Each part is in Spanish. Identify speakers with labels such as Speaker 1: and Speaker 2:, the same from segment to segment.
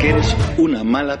Speaker 1: que eres una mala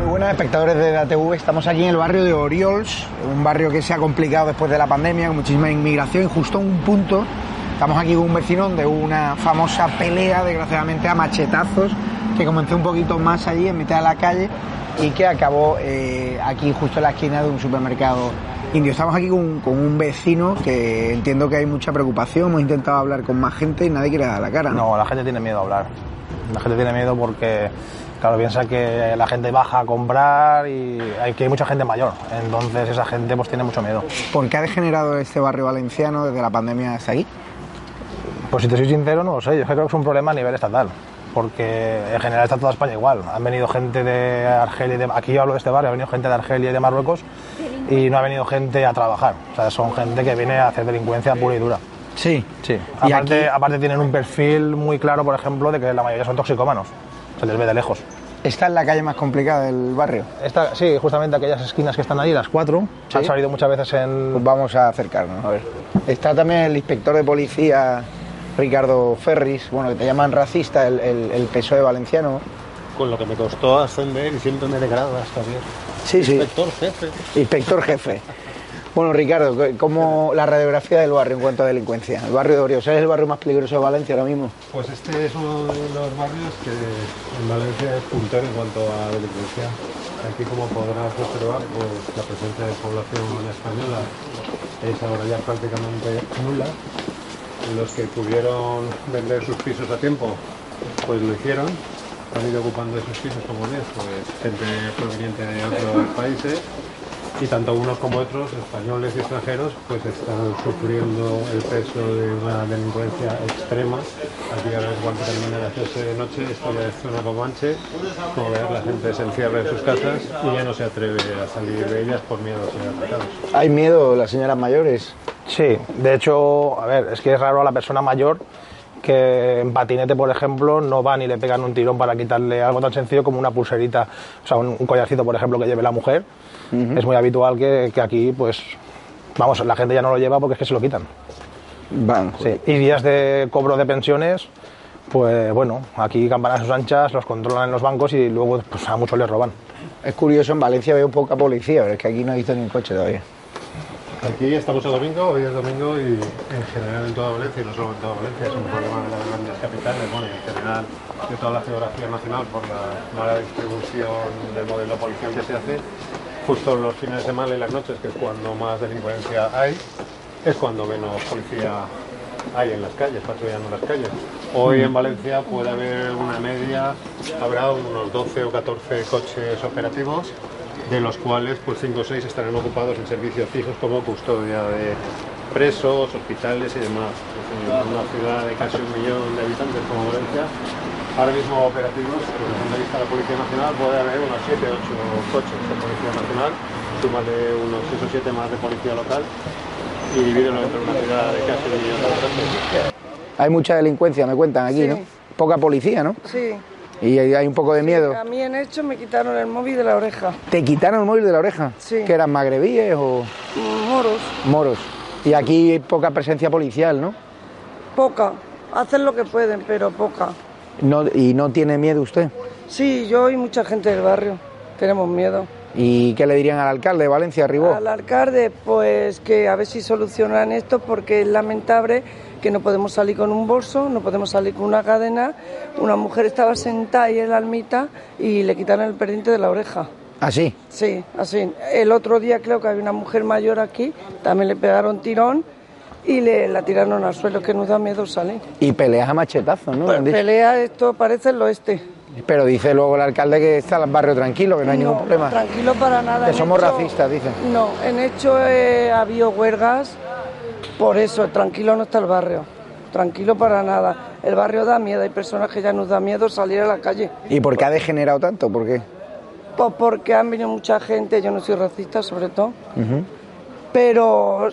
Speaker 2: Muy buenas espectadores de DATV, estamos aquí en el barrio de Oriols, un barrio que se ha complicado después de la pandemia, con muchísima inmigración y justo en un punto estamos aquí con un vecino donde hubo una famosa pelea, desgraciadamente a machetazos, que comenzó un poquito más allí, en mitad de la calle, y que acabó eh, aquí justo en la esquina de un supermercado indio. Estamos aquí con, con un vecino que entiendo que hay mucha preocupación, hemos intentado hablar con más gente y nadie quiere dar la cara. ¿no?
Speaker 3: No, la gente tiene miedo a hablar. La gente tiene miedo porque, claro, piensa que la gente baja a comprar y hay que hay mucha gente mayor. Entonces esa gente pues tiene mucho miedo.
Speaker 2: ¿Por qué ha degenerado este barrio valenciano desde la pandemia hasta aquí?
Speaker 3: Pues si te soy sincero, no lo sé. Yo creo que es un problema a nivel estatal. Porque en general está toda España igual. Han venido gente de Argelia y de... Aquí yo hablo de este barrio, ha venido gente de Argelia y de Marruecos y no ha venido gente a trabajar. O sea, son gente que viene a hacer delincuencia pura y dura.
Speaker 2: Sí,
Speaker 3: Sí.
Speaker 2: Y
Speaker 3: Aparte,
Speaker 2: aquí-
Speaker 3: aparte tienen un perfil muy claro, por ejemplo, de que la mayoría son toxicómanos. Se les ve de lejos.
Speaker 2: Esta es la calle más complicada del barrio.
Speaker 3: Esta, sí, justamente aquellas esquinas que están ahí, las cuatro,
Speaker 2: Sí.
Speaker 3: han salido muchas veces
Speaker 2: Pues
Speaker 3: en...
Speaker 2: vamos a acercarnos. A ver. Está también el inspector de policía, Ricardo Ferris, bueno, que te llaman racista, el, el, el PSOE E valenciano.
Speaker 4: Con lo que me costó ascender y siempre me degradas también.
Speaker 2: Sí, sí.
Speaker 4: Inspector jefe.
Speaker 2: Inspector jefe. Bueno, Ricardo, ¿cómo la radiografía del barrio en cuanto a delincuencia? El barrio de Oriol, ¿es el barrio más peligroso de Valencia ahora mismo?
Speaker 4: Pues este es uno de los barrios que en Valencia es puntero en cuanto a delincuencia. Aquí como podrás observar, pues la presencia de población española es ahora ya prácticamente nula. Los que pudieron vender sus pisos a tiempo, pues lo hicieron. Han ido ocupando esos pisos como 10, pues gente proveniente de otros países. Y tanto unos como otros, españoles y extranjeros, pues están sufriendo el peso de una delincuencia extrema. Aquí ahora es cuando termina de hacerse de noche, esto ya es zona comanche, como ver la gente se encierra en sus casas y ya no se atreve a salir de ellas por miedo a ser atacados.
Speaker 2: Hay miedo, las señoras mayores.
Speaker 3: Sí, de hecho, a ver, es que es raro a la persona mayor que en patinete, por ejemplo, no van y le pegan un tirón para quitarle algo tan sencillo como una pulserita, o sea, un, un collarcito, por ejemplo, que lleve la mujer. Es muy habitual que, que aquí, pues, vamos, la gente ya no lo lleva porque es que se lo quitan.
Speaker 2: Van.
Speaker 3: Sí, y días de cobro de pensiones, pues bueno, aquí campanas a sus anchas, los controlan en los bancos y luego pues, a muchos les roban.
Speaker 2: Es curioso, en Valencia veo poca policía, pero es que aquí no he visto ni un coche todavía.
Speaker 4: Aquí estamos a domingo, hoy es domingo y en general en toda Valencia, y no solo en toda Valencia, es un problema de las grandes capitales, bueno, y en general de toda la geografía nacional por la mala distribución del modelo policial que se hace, justo los fines de semana y las noches, que es cuando más delincuencia hay, es cuando menos policía hay en las calles, patrullando las calles. Hoy en Valencia puede haber una media, habrá unos 12 o 14 coches operativos, de los cuales pues 5 o 6 estarán ocupados en servicios fijos como custodia de presos, hospitales y demás. En una ciudad de casi un millón de habitantes como Valencia, ahora mismo operativos, desde el punto de vista de la Policía Nacional, puede haber unos 7 o 8 coches de Policía Nacional, suma de unos 6 o 7 más de Policía Local, y divídelo entre una ciudad de casi un millón de habitantes.
Speaker 2: Hay mucha delincuencia, me cuentan aquí,
Speaker 5: Sí.
Speaker 2: ¿no? Poca policía, ¿no?
Speaker 5: Sí.
Speaker 2: Y hay hay un poco de miedo.
Speaker 5: A mí en hecho me quitaron el móvil de la oreja.
Speaker 2: ¿Te quitaron el móvil de la oreja?
Speaker 5: Sí.
Speaker 2: ¿Que eran magrebíes o
Speaker 5: Moros,
Speaker 2: moros? Y aquí hay poca presencia policial, ¿no?
Speaker 5: poca. Hacen lo que pueden, pero poca.
Speaker 2: no y no tiene miedo usted?
Speaker 5: Sí, yo y mucha gente del barrio tenemos miedo.
Speaker 2: ¿Y qué le dirían al alcalde de Valencia, Ribó?
Speaker 5: Al alcalde, pues que a ver si solucionan esto, porque es lamentable que no podemos salir con un bolso, no podemos salir con una cadena. Una mujer estaba sentada ahí en la almita y le quitaron el pendiente de la oreja.
Speaker 2: Así.
Speaker 5: Sí, así. El otro día creo que había una mujer mayor aquí, también le pegaron tirón y le la tiraron al suelo, que nos da miedo salir.
Speaker 2: Y peleas a machetazos,
Speaker 5: Pues
Speaker 2: ¿no? Han dicho.
Speaker 5: Pelea, esto parece el oeste.
Speaker 2: Pero dice luego el alcalde que está el barrio tranquilo, que no hay ningún problema.
Speaker 5: Tranquilo para nada.
Speaker 2: Que
Speaker 5: En
Speaker 2: somos
Speaker 5: hecho-
Speaker 2: racistas, dicen.
Speaker 5: No, en hecho eh, ha habido huelgas, por eso tranquilo no está el barrio. Tranquilo para nada. El barrio da miedo, hay personas que ya nos da miedo salir a la calle.
Speaker 2: ¿Y por qué ha degenerado tanto? ¿Por qué?
Speaker 5: Pues porque han venido mucha gente, yo no soy racista sobre todo, pero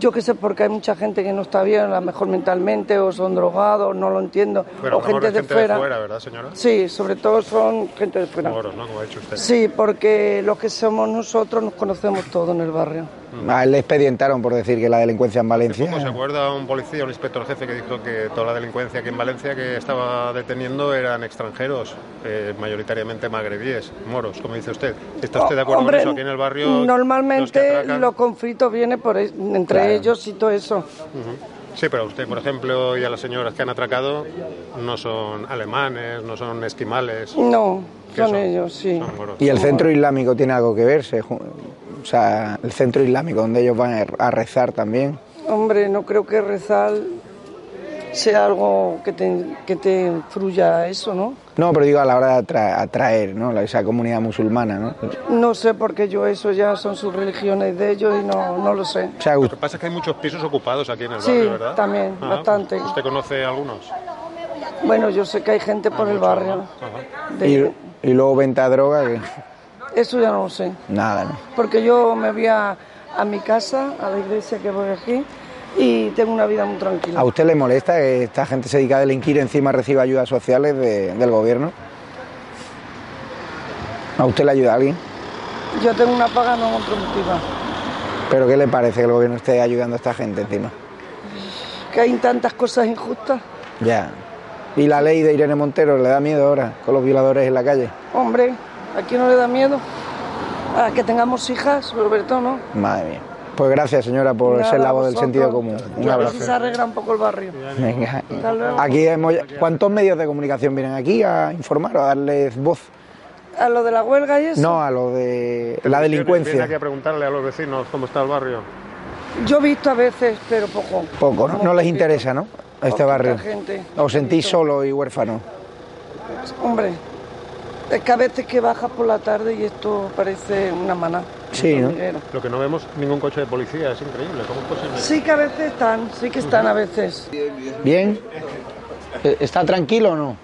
Speaker 5: yo qué sé, porque hay mucha gente que no está bien, a lo mejor mentalmente, o son drogados, no lo entiendo,
Speaker 4: Pero
Speaker 5: o
Speaker 4: hablamos
Speaker 5: gente
Speaker 4: de
Speaker 5: de fuera.
Speaker 4: ¿verdad, señora?
Speaker 5: Sí, sobre todo son gente de fuera.
Speaker 4: Moros, ¿no? Como ha dicho usted.
Speaker 5: Sí, porque los que somos nosotros nos conocemos todos en el barrio.
Speaker 2: A él Ah, le expedientaron por decir que la delincuencia en Valencia.
Speaker 4: ¿Cómo Pues se acuerda un policía, un inspector jefe que dijo que toda la delincuencia aquí en Valencia que estaba deteniendo eran extranjeros, eh, mayoritariamente magrebíes, moros, como dice usted? ¿Está usted de acuerdo
Speaker 5: Oh, Hombre,
Speaker 4: con eso? Aquí en el barrio. los que
Speaker 5: Normalmente
Speaker 4: atracan-
Speaker 5: los conflictos vienen por, e- entre ellos y todo eso.
Speaker 4: Sí, pero a usted, por ejemplo, y a las señoras que han atracado no son alemanes, no son esquimales.
Speaker 5: No,
Speaker 4: ¿Qué
Speaker 5: son ellos, sí.
Speaker 4: Son moros.
Speaker 2: ¿Y el centro islámico tiene algo que ver? Se ju- O sea, el centro islámico donde ellos van a re- a rezar también.
Speaker 5: Hombre, no creo que rezar sea algo que te, que te influya a eso, ¿no?
Speaker 2: No, pero digo a la hora de atra- atraer, ¿no? La- Esa comunidad musulmana, ¿no?
Speaker 5: No sé porque yo eso ya son sus religiones de ellos y no, no lo sé.
Speaker 2: O sea,
Speaker 4: Lo que
Speaker 2: usted-
Speaker 4: pasa es que hay muchos pisos ocupados aquí en el
Speaker 5: Sí,
Speaker 4: barrio, ¿verdad?
Speaker 5: también, bastante.
Speaker 4: ¿Usted conoce algunos?
Speaker 5: Bueno, yo sé que hay gente por el barrio.
Speaker 2: y,
Speaker 5: de-
Speaker 2: y luego venta de droga, que-
Speaker 5: eso ya no lo sé.
Speaker 2: nada, ¿no?
Speaker 5: Porque yo me voy a, a mi casa, a la iglesia que voy aquí, y tengo una vida muy
Speaker 2: ¿A
Speaker 5: tranquila.
Speaker 2: usted le molesta que esta gente se dedica a delinquir encima reciba ayudas sociales de- del gobierno? ¿A usted le ayuda a alguien?
Speaker 5: Yo tengo una paga no contributiva.
Speaker 2: ¿Pero qué le parece que el gobierno esté ayudando a esta gente encima?
Speaker 5: Que hay tantas cosas injustas.
Speaker 2: Ya. ¿Y la ley de Irene Montero le da miedo ahora con los violadores en la calle?
Speaker 5: Hombre, ¿a quién no le da miedo? A que tengamos hijas, Roberto, ¿no?
Speaker 2: Madre mía. Pues gracias señora por
Speaker 5: Nada,
Speaker 2: ser la voz del
Speaker 5: vosotros.
Speaker 2: sentido común. Un
Speaker 5: A ver si
Speaker 2: abrazo.
Speaker 5: se arregla un poco el barrio.
Speaker 2: Venga.
Speaker 5: Hasta luego.
Speaker 2: Aquí hemos... ¿Cuántos medios de comunicación vienen aquí a informar o a darles voz?
Speaker 5: A lo de la huelga y eso.
Speaker 2: No a lo de la
Speaker 4: Viene aquí
Speaker 2: delincuencia.
Speaker 4: a preguntarle a los vecinos cómo está el barrio.
Speaker 5: Yo he visto a veces, pero poco.
Speaker 2: Poco, ¿no?
Speaker 5: Muy
Speaker 2: No les
Speaker 5: poquito.
Speaker 2: interesa, ¿no? A este
Speaker 5: Poquita
Speaker 2: barrio.
Speaker 5: gente.
Speaker 2: ¿Os sentís solo y huérfano?
Speaker 5: Hombre, es que a veces que bajas por la tarde y esto parece una maná.
Speaker 2: Sí,
Speaker 5: un
Speaker 2: ¿no?
Speaker 5: hormiguero.
Speaker 4: Lo que no vemos ningún coche de policía, es increíble. ¿Cómo es posible?
Speaker 5: Sí que a veces están, sí que están a veces.
Speaker 2: ¿Bien? ¿E- ¿Está tranquilo o no?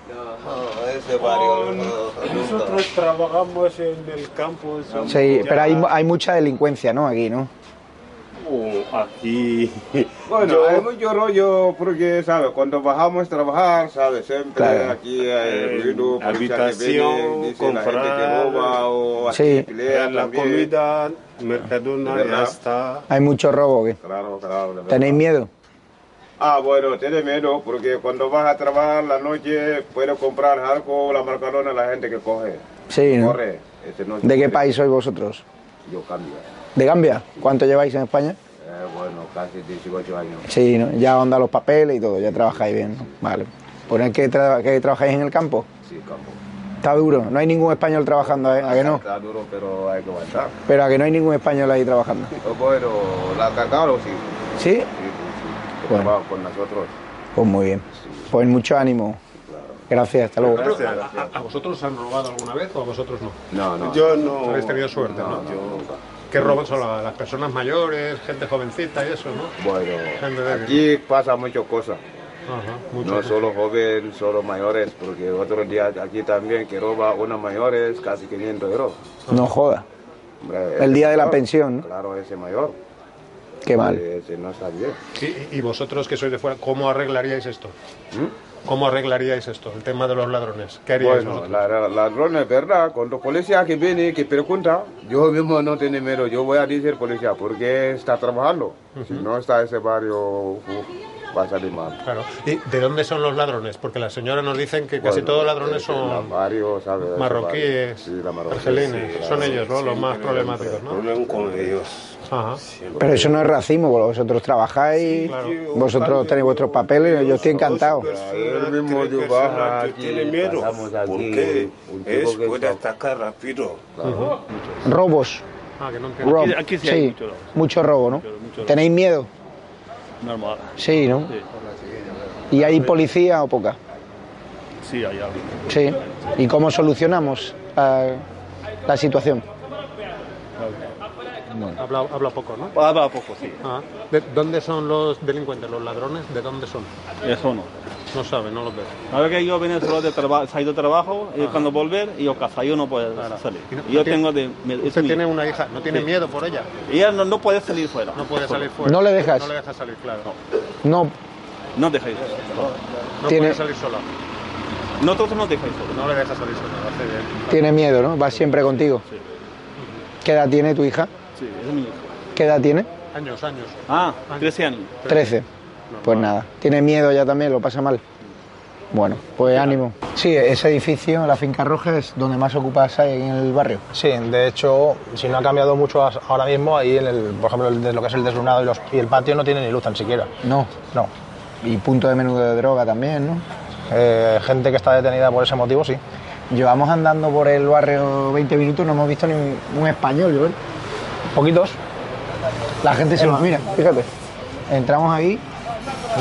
Speaker 6: Nosotros trabajamos en el campo. somos
Speaker 2: Sí,
Speaker 6: ya-
Speaker 2: pero hay, hay mucha delincuencia, ¿no? Aquí, ¿no?
Speaker 6: Oh, aquí.
Speaker 7: Bueno,
Speaker 6: Yo-
Speaker 7: hay mucho rollo porque, ¿sabes? Cuando bajamos a trabajar, ¿sabes? Siempre
Speaker 2: Claro.
Speaker 7: aquí hay
Speaker 6: Eh,
Speaker 7: ruido, policía que
Speaker 6: habitación,
Speaker 7: viene, dice la gente que
Speaker 6: comprar.
Speaker 7: roba o así
Speaker 2: Sí.
Speaker 7: pelea
Speaker 6: la
Speaker 7: también. Ah,
Speaker 6: comida, Mercadona ya
Speaker 7: ¿Verdad?
Speaker 6: está.
Speaker 2: Hay mucho robo. ¿qué?
Speaker 7: Claro, claro. de verdad.
Speaker 2: ¿Tenéis miedo?
Speaker 7: Ah, bueno, tiene miedo porque cuando vas a trabajar la noche puedes comprar algo, la marcadona, la gente que coge,
Speaker 2: Sí, ¿no?
Speaker 7: corre. Ese no se
Speaker 2: ¿De qué
Speaker 7: puede.
Speaker 2: país sois vosotros?
Speaker 7: Yo cambio.
Speaker 2: ¿De Gambia? ¿Cuánto lleváis en España?
Speaker 7: Eh, bueno, casi 18 años.
Speaker 2: Sí, ¿no? ya onda los papeles y todo, ya trabajáis bien, ¿no? Vale. ¿Por qué, tra- que trabajáis en el campo?
Speaker 7: Sí, campo.
Speaker 2: Está duro, no hay ningún español trabajando, ¿eh? ¿A que no?
Speaker 7: Está duro, pero hay que aguantar.
Speaker 2: Pero a que no hay ningún español ahí trabajando.
Speaker 7: Bueno, la cargaron, sí.
Speaker 2: ¿Sí?
Speaker 7: sí, sí, sí.
Speaker 2: Bueno.
Speaker 7: Trabaja con nosotros.
Speaker 2: Pues muy bien. Pues mucho ánimo. Gracias, hasta luego.
Speaker 7: Gracias,
Speaker 4: ¿A,
Speaker 7: gracias.
Speaker 4: a- a vosotros os han robado alguna vez o a vosotros no?
Speaker 7: No, no.
Speaker 6: Yo no.
Speaker 4: Habéis tenido suerte, ¿no?
Speaker 7: Yo nunca.
Speaker 4: Que roban solo a las personas mayores, gente jovencita y eso, ¿no? Gente
Speaker 7: Bueno,
Speaker 4: débil.
Speaker 7: aquí pasa muchas cosas.
Speaker 4: Ajá, mucho.
Speaker 7: No solo jóvenes, solo mayores, porque otro día aquí también que roba una mayores casi 500 euros.
Speaker 2: No joda.
Speaker 7: Hombre,
Speaker 2: El
Speaker 7: ese
Speaker 2: día de la
Speaker 7: mayor,
Speaker 2: pensión, ¿no?
Speaker 7: Claro, ese mayor. Eh,
Speaker 2: Qué mal.
Speaker 7: Ese no está bien.
Speaker 4: Sí, y vosotros que sois de fuera, ¿cómo arreglaríais esto? ¿Cómo arreglaríais esto? El tema de los ladrones. ¿Qué haríais
Speaker 7: Bueno,
Speaker 4: vosotros?
Speaker 7: la, la- ladrones, ¿verdad? Cuando policía que viene, que pregunta, yo mismo no tengo miedo, yo voy a decir policía, porque está trabajando. Si no está ese barrio, uf, va a salir mal.
Speaker 4: Claro. ¿Y de dónde son los ladrones? Porque las señoras nos dicen que casi
Speaker 7: Bueno,
Speaker 4: todos los ladrones
Speaker 7: es que la
Speaker 4: son
Speaker 7: barrio, ¿sabe? Ese barrio.
Speaker 4: marroquíes,
Speaker 7: Sí, la marroquí,
Speaker 4: argelines.
Speaker 7: sí, claro.
Speaker 4: son ellos, ¿no? Los más problemáticos, ¿no?
Speaker 6: Problema con ellos.
Speaker 4: Ajá.
Speaker 2: Pero eso no es racismo, vosotros trabajáis,
Speaker 4: claro.
Speaker 2: vosotros tenéis vuestros papeles, yo estoy encantado.
Speaker 7: Él mismo
Speaker 6: cree
Speaker 7: yo
Speaker 6: que es
Speaker 7: baja
Speaker 6: un ángel,
Speaker 7: aquí,
Speaker 6: tiene miedo.
Speaker 7: pasamos aquí,
Speaker 6: Porque
Speaker 7: un tipo
Speaker 6: es
Speaker 7: que
Speaker 6: puede
Speaker 7: está-
Speaker 6: atacar rápido.
Speaker 2: Robos,
Speaker 4: Ah, que no entiendo.
Speaker 2: rob,
Speaker 1: aquí sí hay
Speaker 2: sí,
Speaker 1: mucho robo.
Speaker 2: mucho robo, ¿no?
Speaker 1: Mucho, mucho robo.
Speaker 2: ¿Tenéis miedo?
Speaker 1: Normal.
Speaker 2: Sí, ¿no?
Speaker 1: Sí.
Speaker 2: ¿Y hay policía o poca?
Speaker 1: Sí, hay algo.
Speaker 2: Sí. ¿Y cómo solucionamos eh, la situación?
Speaker 4: Habla, habla poco, ¿no?
Speaker 1: Habla poco, sí.
Speaker 4: Ah, ¿De dónde son los delincuentes, los ladrones? ¿De dónde son?
Speaker 1: Eso no.
Speaker 4: No sabe, no lo veo.
Speaker 1: Ahora que yo Venezuela de traba- salido de trabajo, y cuando volver, yo casa, yo no puedo salir.
Speaker 4: Y no-
Speaker 1: Yo
Speaker 4: no tiene-
Speaker 1: tengo de... me- es
Speaker 4: Usted
Speaker 1: mi-
Speaker 4: tiene una hija, ¿no tiene miedo por ella?
Speaker 1: Ella no, no puede salir fuera.
Speaker 4: No puede salir fuera.
Speaker 2: No le dejas.
Speaker 4: No le dejas salir, claro.
Speaker 2: No,
Speaker 1: No dejáis.
Speaker 4: No
Speaker 2: Tiene-
Speaker 4: puede salir sola.
Speaker 1: Nosotros no dejáis fuera.
Speaker 4: No le dejas salir sola. Hace bien.
Speaker 2: tiene miedo, ¿no? Va siempre contigo. ¿Qué edad tiene tu hija?
Speaker 1: Sí, es mi hijo.
Speaker 2: ¿Qué edad tiene?
Speaker 4: Años, años.
Speaker 1: Ah, 13 años.
Speaker 2: Trece. Pues nada, tiene miedo ya también, lo pasa mal. Bueno, pues ánimo. Sí, ese edificio, la Finca Roja, es donde más ocupas hay en el barrio.
Speaker 3: Sí, de hecho, si no ha cambiado mucho as- ahora mismo, ahí, en el, por ejemplo, el de lo que es el deslunado y, los- y el patio no tiene ni luz tan siquiera.
Speaker 2: No.
Speaker 3: No.
Speaker 2: Y punto de menú de droga también, ¿no?
Speaker 3: Eh, gente que está detenida por ese motivo, sí.
Speaker 2: Llevamos andando por el barrio 20 minutos, no hemos visto ni un, un español, Joel.
Speaker 3: Poquitos.
Speaker 2: La gente se nos mira, fíjate. Entramos ahí,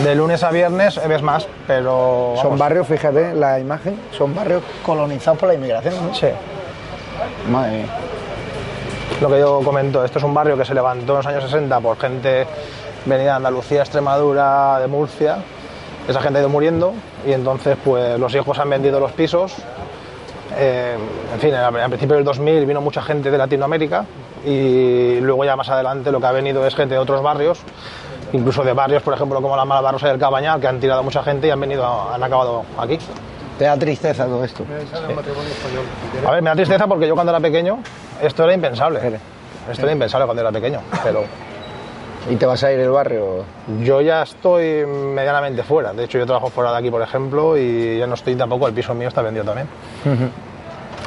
Speaker 3: De lunes a viernes eh, ves más, pero...
Speaker 2: son
Speaker 3: Pues vamos,
Speaker 2: barrios, fíjate la imagen, son barrios colonizados por la inmigración, ¿no?
Speaker 3: Sí.
Speaker 2: Madre mía.
Speaker 3: Lo que yo comento, esto es un barrio que se levantó en los años 60 por gente venida de Andalucía, Extremadura, de Murcia. Esa gente ha ido muriendo y entonces pues los hijos han vendido los pisos. Eh, en fin, al al principio del 2000 vino mucha gente de Latinoamérica y luego ya más adelante lo que ha venido es gente de otros barrios, incluso de barrios, por ejemplo, como la Malabarosa y el Cabañal, que han tirado mucha gente y han venido, a- han acabado aquí.
Speaker 2: Te da tristeza todo esto.
Speaker 3: A ver, me da tristeza porque yo cuando era pequeño esto era impensable. Esto era impensable cuando era pequeño, pero
Speaker 2: ¿Y te vas a ir del barrio?
Speaker 3: yo ya estoy medianamente fuera. De hecho, yo trabajo fuera de aquí, por ejemplo, y ya no estoy tampoco, el piso mío está vendido también.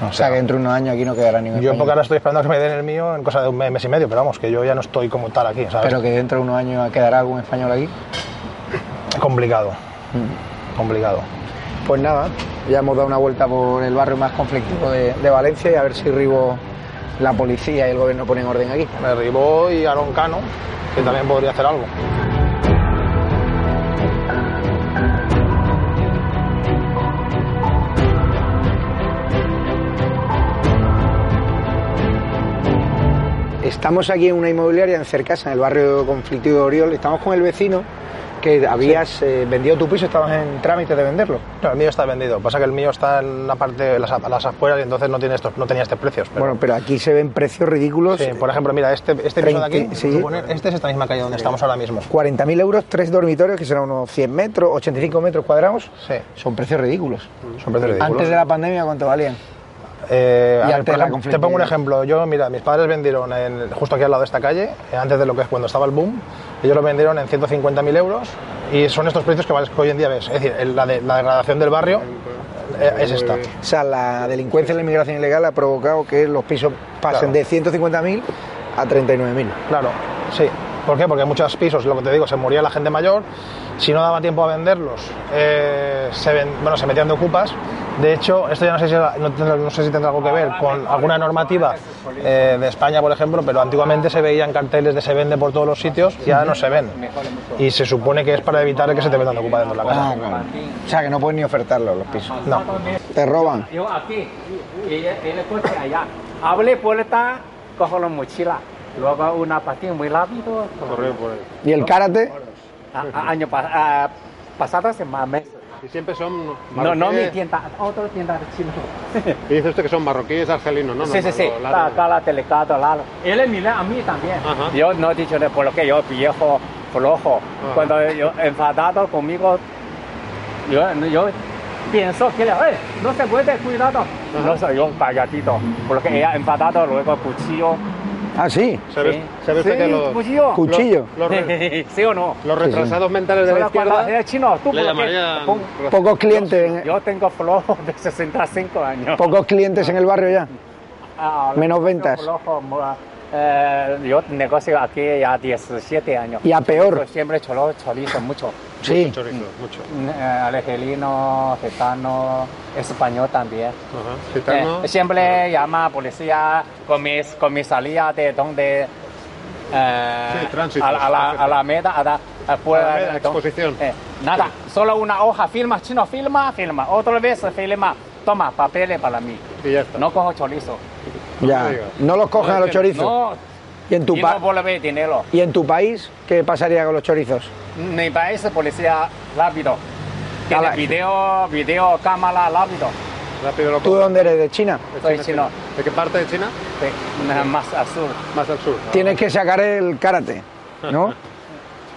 Speaker 2: O sea, que dentro de unos años aquí no quedará ningún
Speaker 3: Yo en
Speaker 2: español.
Speaker 3: poco ahora estoy esperando que me den el mío en cosa de un mes, mes y medio, pero vamos, que yo ya no estoy como tal aquí, ¿sabes?
Speaker 2: Pero que dentro de unos años quedará algún español aquí.
Speaker 3: Complicado, complicado.
Speaker 2: Pues nada, ya hemos dado una vuelta por el barrio más conflictivo de, de Valencia y a ver si Ribo, la policía y el gobierno ponen orden aquí.
Speaker 3: Me Ribó y Aaron Cano, que también podría hacer algo.
Speaker 2: Estamos aquí en una inmobiliaria en Cercasa, en el barrio conflictivo de Oriol. Estamos con el vecino que habías eh, vendido tu piso, estabas en trámite de venderlo.
Speaker 3: No, el mío está vendido, pasa que el mío está en la parte, las, a las afueras y entonces no, tiene estos, no tenía estos precios. pero-
Speaker 2: Bueno, pero aquí se ven precios ridículos.
Speaker 3: Sí, por ejemplo, mira, este, este piso de
Speaker 2: 30,
Speaker 3: aquí,
Speaker 2: sí.
Speaker 3: supone- este es esta misma calle donde estamos ahora mismo.
Speaker 2: 40.000 euros, tres dormitorios, que serán unos 100 metros, 85 metros cuadrados.
Speaker 3: Sí,
Speaker 2: Son precios ridículos.
Speaker 3: son precios ridículos.
Speaker 2: Antes de la pandemia, ¿cuánto valían?
Speaker 3: Eh,
Speaker 2: y
Speaker 3: a ver,
Speaker 2: antes
Speaker 3: por
Speaker 2: la
Speaker 3: ejem-
Speaker 2: conflictividad.
Speaker 3: te pongo un ejemplo. Yo, mira, mis padres vendieron en- justo aquí al lado de esta calle, eh, antes de lo que es cuando estaba el boom, ellos lo vendieron en 150.000 euros y son estos precios que, vales- que hoy en día ves. Es decir, el- la, de- la degradación del barrio eh, es esta.
Speaker 2: O sea, la delincuencia y la inmigración ilegal ha provocado que los pisos pasen
Speaker 3: Claro.
Speaker 2: de 150.000 a 39.000.
Speaker 3: Claro, sí.
Speaker 8: ¿Por qué? Porque en muchos pisos, lo que te digo, se moría la gente mayor, si no daba tiempo a venderlos, eh, se, ven- bueno, se metían de ocupas. De hecho, esto ya no sé si, no, tendrá- no sé si tendrá algo que ver con alguna normativa eh, de España, por ejemplo, pero antiguamente se veían carteles de se vende por todos los sitios y ahora no se ven. Y se supone que es para evitar que se te vendan de ocupas dentro de la casa.
Speaker 2: Ah, claro. O sea, que no pueden ni ofertarlo los pisos.
Speaker 8: No.
Speaker 2: Te roban.
Speaker 3: Yo aquí y el, el coche allá. Abre puerta, cojo la mochila. Luego una patín muy rápido.
Speaker 4: Correo por ahí.
Speaker 2: ¿Y el karate?
Speaker 3: A- a- año pas- a- pasado se mames.
Speaker 4: Y siempre son
Speaker 3: No, no mi
Speaker 4: marroquíes.
Speaker 3: tienda, otra tienda de chino.
Speaker 4: Y dice usted que son marroquíes argelinos, ¿no?
Speaker 3: sí, sí, sí.
Speaker 4: Los
Speaker 3: Está
Speaker 4: árabes.
Speaker 3: acá la telecado, lado. Él mira a mí también. Yo no he dicho de por lo que yo viejo, flojo.
Speaker 4: Ajá.
Speaker 3: Cuando yo enfadado conmigo, yo, yo pienso que le, "Ey, no se puede, cuidado. No soy yo calladito. Por lo que ella enfadado, luego cuchillo.
Speaker 2: Ah, sí.
Speaker 4: ¿Sabe,
Speaker 3: Sí.
Speaker 4: sabe usted
Speaker 3: Sí,
Speaker 4: que los,
Speaker 3: cuchillo.
Speaker 2: Cuchillo.
Speaker 4: los re-
Speaker 3: ¿Sí o no?
Speaker 4: los retrasados mentales de la
Speaker 3: Solo cuando
Speaker 4: izquierda
Speaker 3: es chino, tú por lo
Speaker 4: le
Speaker 3: que-
Speaker 4: llamarían...
Speaker 3: pum,
Speaker 2: Pocos clientes, en-
Speaker 3: Yo tengo flojo de 65 años.
Speaker 2: pocos clientes en el barrio ya.
Speaker 3: Ah,
Speaker 2: Menos
Speaker 3: yo
Speaker 2: ventas.
Speaker 3: flojo, mo- eh, yo negocio aquí ya 17 años.
Speaker 2: Y a peor.
Speaker 3: Yo siempre cholo, chorizo mucho.
Speaker 2: Sí.
Speaker 4: Chorizo, mucho.
Speaker 3: Mm, eh, Argelino, gitano, español también.
Speaker 4: Ajá. Gitano.
Speaker 3: Eh, siempre llama a policía, comis, comisaría de donde. eh,
Speaker 4: Sí, tránsito,
Speaker 3: a, la- a la
Speaker 4: tránsito.
Speaker 3: a la meta, a la, a fuera-
Speaker 4: Alameda,
Speaker 3: don-
Speaker 4: exposición.
Speaker 3: eh, nada, solo una hoja, firma, chino, firma, firma. Otra vez firma, toma papeles para mí.
Speaker 4: Y ya está.
Speaker 3: No cojo chorizo.
Speaker 2: Ya. No los cogen a los chorizos.
Speaker 3: No,
Speaker 2: Y en tu
Speaker 3: y
Speaker 2: pa-
Speaker 3: no vuelve dinero.
Speaker 2: ¿Y en tu país qué pasaría con los chorizos?
Speaker 3: Mi país policía rápido.
Speaker 2: Ala.
Speaker 3: Tiene video, video, cámara rápido.
Speaker 4: Rápido lo
Speaker 2: ¿Tú de dónde eres? ¿De China?
Speaker 3: Soy chino.
Speaker 4: ¿De qué parte de China?
Speaker 3: Sí, nada Más azul.
Speaker 4: Más al sur.
Speaker 2: Tienes que sacar el karate, ¿no?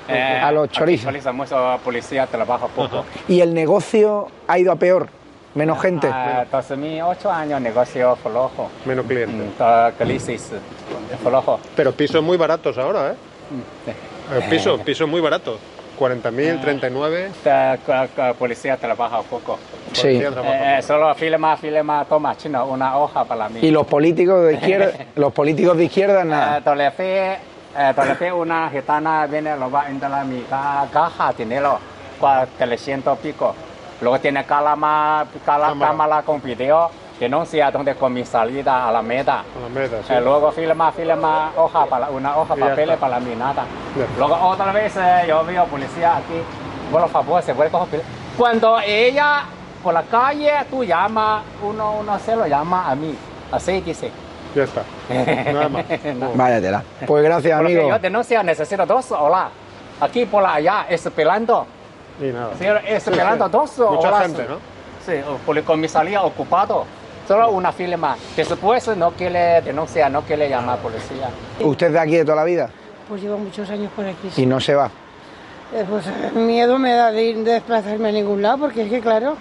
Speaker 2: A los
Speaker 3: Eh, aquí
Speaker 2: chorizos.
Speaker 3: Chorizo, mucho policía trabaja poco.
Speaker 2: Y el negocio ha ido a peor. Menos gente.
Speaker 3: Ah, 2008 años negocio flojo.
Speaker 4: Menos clientes.
Speaker 3: Mm, ah, Crisis. Flojo.
Speaker 4: Pero pisos muy baratos ahora, ¿eh?
Speaker 3: Mm, Sí. Eh.
Speaker 4: Eh, Pisos, pisos muy baratos. 40.000, 39.
Speaker 3: Ta- ca- ca- Policía trabaja poco.
Speaker 2: Sí.
Speaker 4: policía trabaja.
Speaker 3: Eh, eh, solo firma, firma, toma chino, una hoja para mí.
Speaker 2: Y los políticos de izquierda, los políticos de izquierda
Speaker 3: Eh,
Speaker 2: nada.
Speaker 3: Tolefe, eh, Tolefe, una gitana viene, lo va a entrar a mi ca- caja, dinero, cua- 300 pico. Luego tiene calama, cala-
Speaker 4: Cámara.
Speaker 3: cámara con video, denuncia donde con mi salida a la meta.
Speaker 4: Alameda, sí.
Speaker 3: Eh, luego firma, firma, hoja para, una hoja,
Speaker 4: Y ya
Speaker 3: papeles
Speaker 4: está.
Speaker 3: para mi nada.
Speaker 4: Ya.
Speaker 3: Luego otra vez eh, yo veo policía aquí, por favor, se puede coger. pil-". Cuando ella por la calle, tú llama, uno, uno se lo llama a mí. Así dice.
Speaker 4: Ya está. Nada más.
Speaker 2: Váyatela. Pues gracias,
Speaker 3: Porque
Speaker 2: amigo.
Speaker 3: yo denuncia necesito dos horas. Aquí por allá, esperando.
Speaker 4: Y nada.
Speaker 3: Sí, esperando
Speaker 4: Sí, sí.
Speaker 3: dos horas.
Speaker 4: Mucha gente, ¿no?
Speaker 3: Sí, o por la comisaría ocupado. Solo una firma. Después no quiere denunciar, no quiere llamar a policía.
Speaker 2: ¿Usted es de aquí de toda la vida?
Speaker 5: Pues llevo muchos años por aquí.
Speaker 2: Y no se va.
Speaker 5: Eh, pues miedo me da de ir de desplazarme a ningún lado, porque es que claro,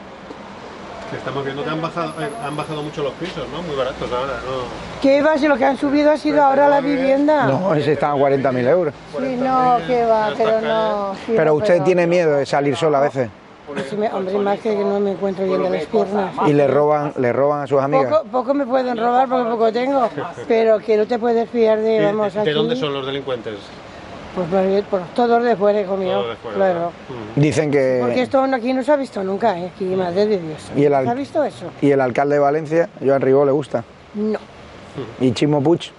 Speaker 4: Estamos viendo que han bajado, eh, han bajado mucho los pisos, ¿no? Muy baratos ahora, ¿no?
Speaker 5: ¿qué va si lo que han subido ha sido ahora la vivienda?
Speaker 2: No, ese está a 40.000 euros.
Speaker 5: Sí, no, que va,
Speaker 4: Hasta
Speaker 5: pero
Speaker 4: acá,
Speaker 5: no. sí,
Speaker 2: Pero
Speaker 5: no,
Speaker 2: usted
Speaker 5: pero-
Speaker 2: tiene miedo de salir solo a veces.
Speaker 5: Sí, me- hombre, más que no me encuentro bien de las piernas.
Speaker 2: Y le roban, le roban a sus amigas.
Speaker 5: Ah. Poco, poco me pueden robar porque poco tengo, pero que no te puedes fiar de, vamos,
Speaker 4: ¿De,
Speaker 5: aquí.
Speaker 4: de dónde son los delincuentes?
Speaker 5: Pues por, por todos de fuera, hijo mío,
Speaker 4: Todos de fuera,
Speaker 5: claro.
Speaker 4: ¿verdad?
Speaker 2: Dicen
Speaker 5: Porque
Speaker 2: que.
Speaker 5: esto aquí no se ha visto nunca, ¿eh? aquí, madre de Dios.
Speaker 2: Y el al-
Speaker 5: ¿Se ha visto eso?
Speaker 2: Y el alcalde de Valencia, Joan Ribó, le gusta.
Speaker 5: No.
Speaker 2: Y Chimo Puig.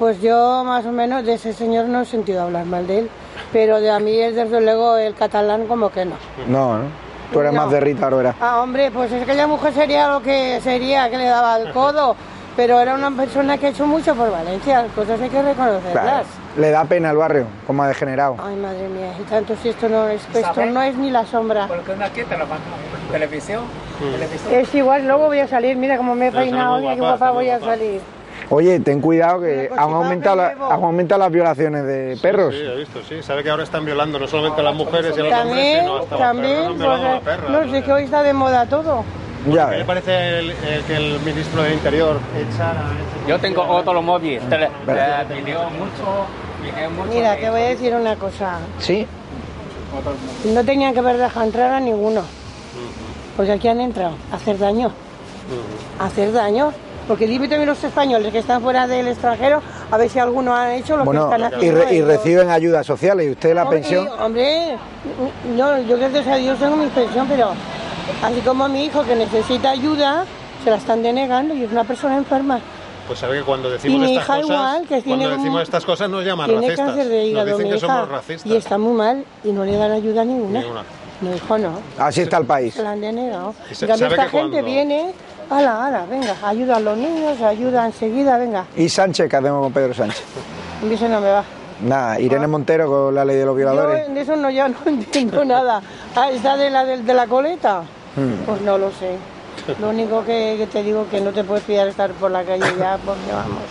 Speaker 5: Pues yo más o menos de ese señor no he sentido hablar mal de él, pero de a mí es desde luego el catalán como que no.
Speaker 2: No, ¿no? Tú eres
Speaker 5: No.
Speaker 2: más de Rita Aurora.
Speaker 5: Ah, hombre, pues aquella mujer sería lo que sería, que le daba el codo, pero era una persona que ha hecho mucho por Valencia, cosas hay que reconocerlas.
Speaker 2: Claro. Le da pena al barrio, cómo ha degenerado.
Speaker 5: Ay, madre mía, y tanto si esto no es, que esto
Speaker 3: ¿Sabe?
Speaker 5: no es ni la sombra.
Speaker 3: Porque una aquí te lo van a- televisión, televisión.
Speaker 5: Es igual, luego voy a salir, mira cómo me he
Speaker 4: Está muy
Speaker 5: peinado, mira qué
Speaker 4: guapa, está
Speaker 5: guapa
Speaker 4: muy
Speaker 5: voy a
Speaker 4: guapa.
Speaker 5: salir.
Speaker 2: Oye, ten cuidado que
Speaker 5: Mira, pues,
Speaker 2: han
Speaker 5: si va,
Speaker 2: aumentado,
Speaker 5: me
Speaker 2: la-
Speaker 5: llevo.
Speaker 2: han aumentado las violaciones de perros.
Speaker 4: Sí, he visto, sí. Sabe que ahora están violando no solamente a las mujeres y a los hombres,
Speaker 5: También,
Speaker 4: sino hasta a los
Speaker 5: también,
Speaker 4: perros. Han violado a la
Speaker 5: pues,
Speaker 4: perra,
Speaker 5: no,
Speaker 4: ¿no?
Speaker 5: sé que hoy está de moda todo.
Speaker 2: Ya eh,
Speaker 4: ¿Qué le
Speaker 2: ves.
Speaker 4: parece el, el que el ministro del Interior echara a este
Speaker 3: Yo tengo otro móvil. Tele,
Speaker 2: Vale.
Speaker 3: eh, video mucho, video mucho.
Speaker 5: Mira,
Speaker 3: de
Speaker 5: te voy a decir una cosa.
Speaker 2: Sí,
Speaker 5: No tenían que haber dejado entrar a ninguno. Porque aquí han entrado a hacer daño. A hacer daño.
Speaker 9: Porque dime también los españoles que están fuera del extranjero, a ver si alguno ha hecho lo
Speaker 2: Bueno,
Speaker 9: que están
Speaker 2: y,
Speaker 9: haciendo.
Speaker 2: re- y
Speaker 9: ellos.
Speaker 2: reciben ayudas sociales y usted la
Speaker 9: Hombre,
Speaker 2: pensión.
Speaker 9: Hombre, no, yo gracias a Dios tengo mi pensión, pero así como a mi hijo que necesita ayuda, se la están denegando y es una persona enferma.
Speaker 4: eh?
Speaker 10: Pues sabe que cuando
Speaker 9: Y
Speaker 10: decimos
Speaker 9: mi
Speaker 10: estas
Speaker 9: hija
Speaker 10: cosas,
Speaker 9: igual, que tiene
Speaker 10: cuando
Speaker 9: un-
Speaker 10: decimos estas cosas nos llaman
Speaker 9: Tiene
Speaker 10: racistas.
Speaker 9: cáncer de hígado,
Speaker 10: nos dicen
Speaker 9: mi hija,
Speaker 10: que somos racistas.
Speaker 9: Y está muy mal y no le dan ayuda ninguna.
Speaker 10: Ninguna.
Speaker 9: Mi hijo no.
Speaker 2: Así está el país.
Speaker 9: Se la han denegado.
Speaker 2: Y
Speaker 9: En
Speaker 2: se-
Speaker 9: cambio,
Speaker 2: sabe
Speaker 9: esta
Speaker 2: que
Speaker 9: gente
Speaker 2: cuando-
Speaker 9: viene, ala, ala, venga, ayuda a los niños, ayuda enseguida, venga.
Speaker 2: Y Sánchez, que hacemos con Pedro Sánchez?
Speaker 9: A mí eso no me va.
Speaker 2: Nada, Irene Montero con la ley de los violadores.
Speaker 9: Yo de eso no, ya no entiendo nada. Ah, ¿Está de la, de, de la coleta?
Speaker 3: Mm.
Speaker 7: Mm.
Speaker 2: Hmm.
Speaker 9: Pues no lo sé. Lo único que, que te digo que no te puedes fiar de estar por la calle ya, porque vamos.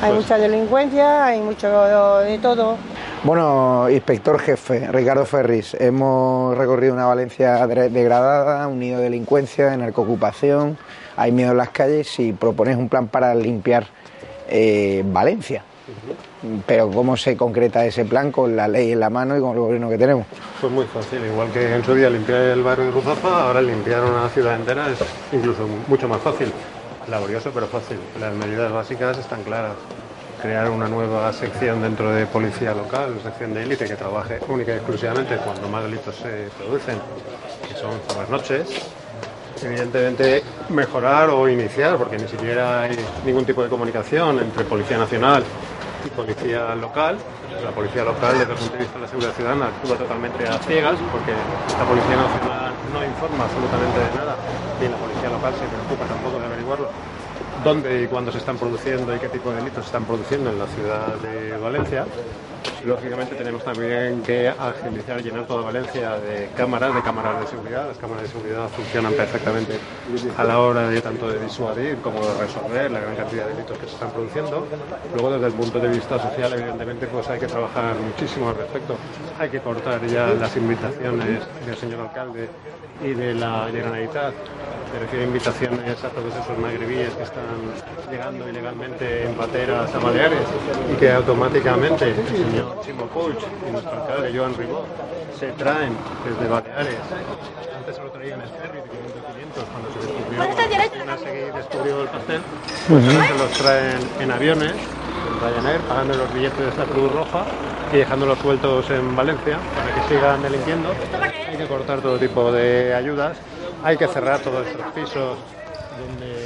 Speaker 9: Hay
Speaker 2: Pues-
Speaker 9: mucha delincuencia, hay mucho de todo.
Speaker 2: Bueno, inspector jefe, Ricardo Ferris, hemos recorrido una Valencia dre- degradada, un nido de delincuencia, de narcoocupación, hay miedo en las calles y propones un plan para limpiar eh, Valencia. Pero ¿cómo se concreta ese plan con la ley en la mano y con el gobierno que tenemos?
Speaker 4: Pues muy fácil, igual que en su día limpiar el barrio de Ruzafa, ahora limpiar una ciudad entera es incluso mu- mucho más fácil. Laborioso pero fácil. Las medidas básicas están claras. Crear una nueva sección dentro de policía local, sección de élite que trabaje única y exclusivamente cuando más delitos se producen, que son por las noches. Evidentemente mejorar o iniciar, porque ni siquiera hay ningún tipo de comunicación entre Policía Nacional y policía local. La policía local, desde el punto de vista de la seguridad ciudadana, actúa totalmente a ciegas porque la policía nacional no informa absolutamente de nada y la policía local se preocupa tampoco de averiguarlo. Dónde y cuándo se están produciendo y qué tipo de delitos se están produciendo en la ciudad de Valencia. Lógicamente tenemos también que agilizar, llenar toda Valencia de cámaras, de cámaras de seguridad. Las cámaras de seguridad funcionan perfectamente a la hora de tanto de disuadir como de resolver la gran cantidad de delitos que se están produciendo. Luego desde el punto de vista social, evidentemente, pues hay que trabajar muchísimo al respecto. Hay que cortar ya las invitaciones del señor alcalde y de la Generalitat. Me refiero a invitaciones a todos esos magrebíes que están llegando ilegalmente en pateras a Baleares y que automáticamente el señor Chimo Puig y nuestro alcalde Joan Ribó se traen desde Baleares. Antes solo traían Sperry de 500 500 cuando se descubrió, una serie descubrió el pastel. Pues ahora se los traen en aviones, en Ryanair, pagando los billetes de esta Cruz Roja y dejándolos sueltos en Valencia para que sigan delinquiendo. Hay que cortar todo tipo de ayudas, hay que cerrar todos estos pisos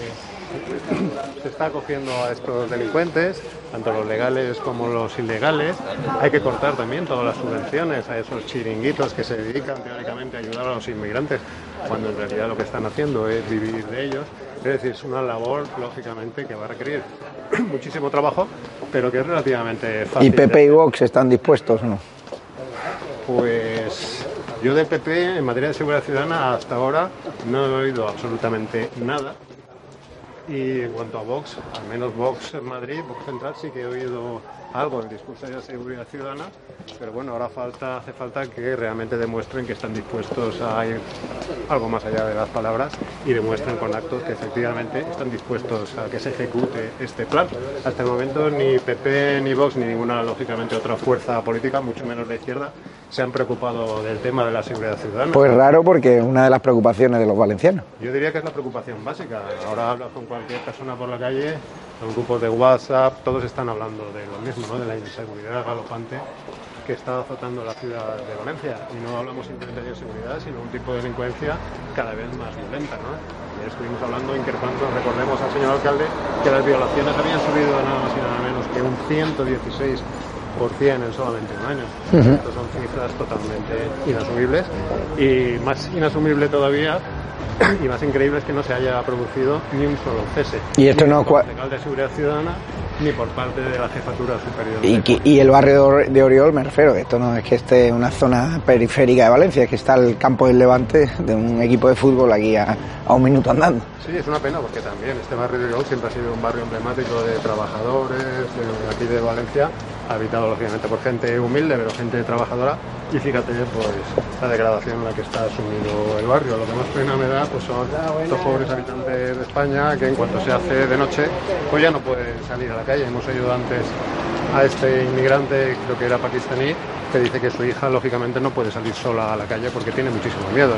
Speaker 4: donde se está acogiendo a estos delincuentes, tanto los legales como los ilegales. Hay que cortar también todas las subvenciones a esos chiringuitos que se dedican teóricamente a ayudar a los inmigrantes, cuando en realidad lo que están haciendo es vivir de ellos. Es decir, es una labor, lógicamente, que va a requerir muchísimo trabajo, pero que es relativamente fácil.
Speaker 2: ¿Y
Speaker 4: de
Speaker 2: PP y Vox están dispuestos o no?
Speaker 4: pues yo del PP en materia de seguridad ciudadana hasta ahora no he oído absolutamente nada. Y en cuanto a Vox, al menos Vox en Madrid, Vox Central sí que he oído algo del discurso de la seguridad ciudadana, pero bueno, ahora falta, hace falta que realmente demuestren que están dispuestos a ir algo más allá de las palabras y demuestren con actos que efectivamente están dispuestos a que se ejecute este plan. Hasta el momento ni PP, ni Vox, ni ninguna, lógicamente, otra fuerza política, mucho menos la izquierda, se han preocupado del tema de la seguridad ciudadana.
Speaker 2: Pues raro porque es una de las preocupaciones de los valencianos.
Speaker 4: Yo diría que es la preocupación básica. Ahora hablas con cualquier persona por la calle, los grupos de WhatsApp, todos están hablando de lo mismo, ¿no? de la inseguridad galopante que está azotando la ciudad de Valencia. Y no hablamos simplemente de inseguridad, sino un tipo de delincuencia cada vez más violenta. ¿no? Ayer estuvimos hablando, increpando, recordemos al señor alcalde, que las violaciones habían subido nada más y nada menos que un 116% en solamente un año.
Speaker 11: Ujú.
Speaker 4: Estas son cifras totalmente inasumibles y más inasumible todavía y más increíble es que no se haya producido ni un solo cese.
Speaker 2: Y esto
Speaker 4: Ni
Speaker 2: no
Speaker 4: por
Speaker 2: cua-
Speaker 4: el Legal de Seguridad Ciudadana ni por parte de la Jefatura Superior.
Speaker 2: Y, que- y el barrio de Or- de Oriol, me refiero, que esto no es que esté en una zona periférica de Valencia, es que está el campo del Levante de un equipo de fútbol aquí a, a un minuto andando.
Speaker 4: Sí, es una pena porque también este barrio de Oriol siempre ha sido un barrio emblemático de trabajadores, de aquí de Valencia, habitado lógicamente por gente humilde, pero gente trabajadora. Y fíjate, pues, la degradación en la que está sumido el barrio. Lo que más pena me da, pues, son estos pobres habitantes de España que en cuanto se hace de noche, pues ya no pueden salir a la calle. Hemos ayudado antes a este inmigrante, creo que era pakistaní, que dice que su hija, lógicamente, no puede salir sola a la calle porque tiene muchísimo miedo.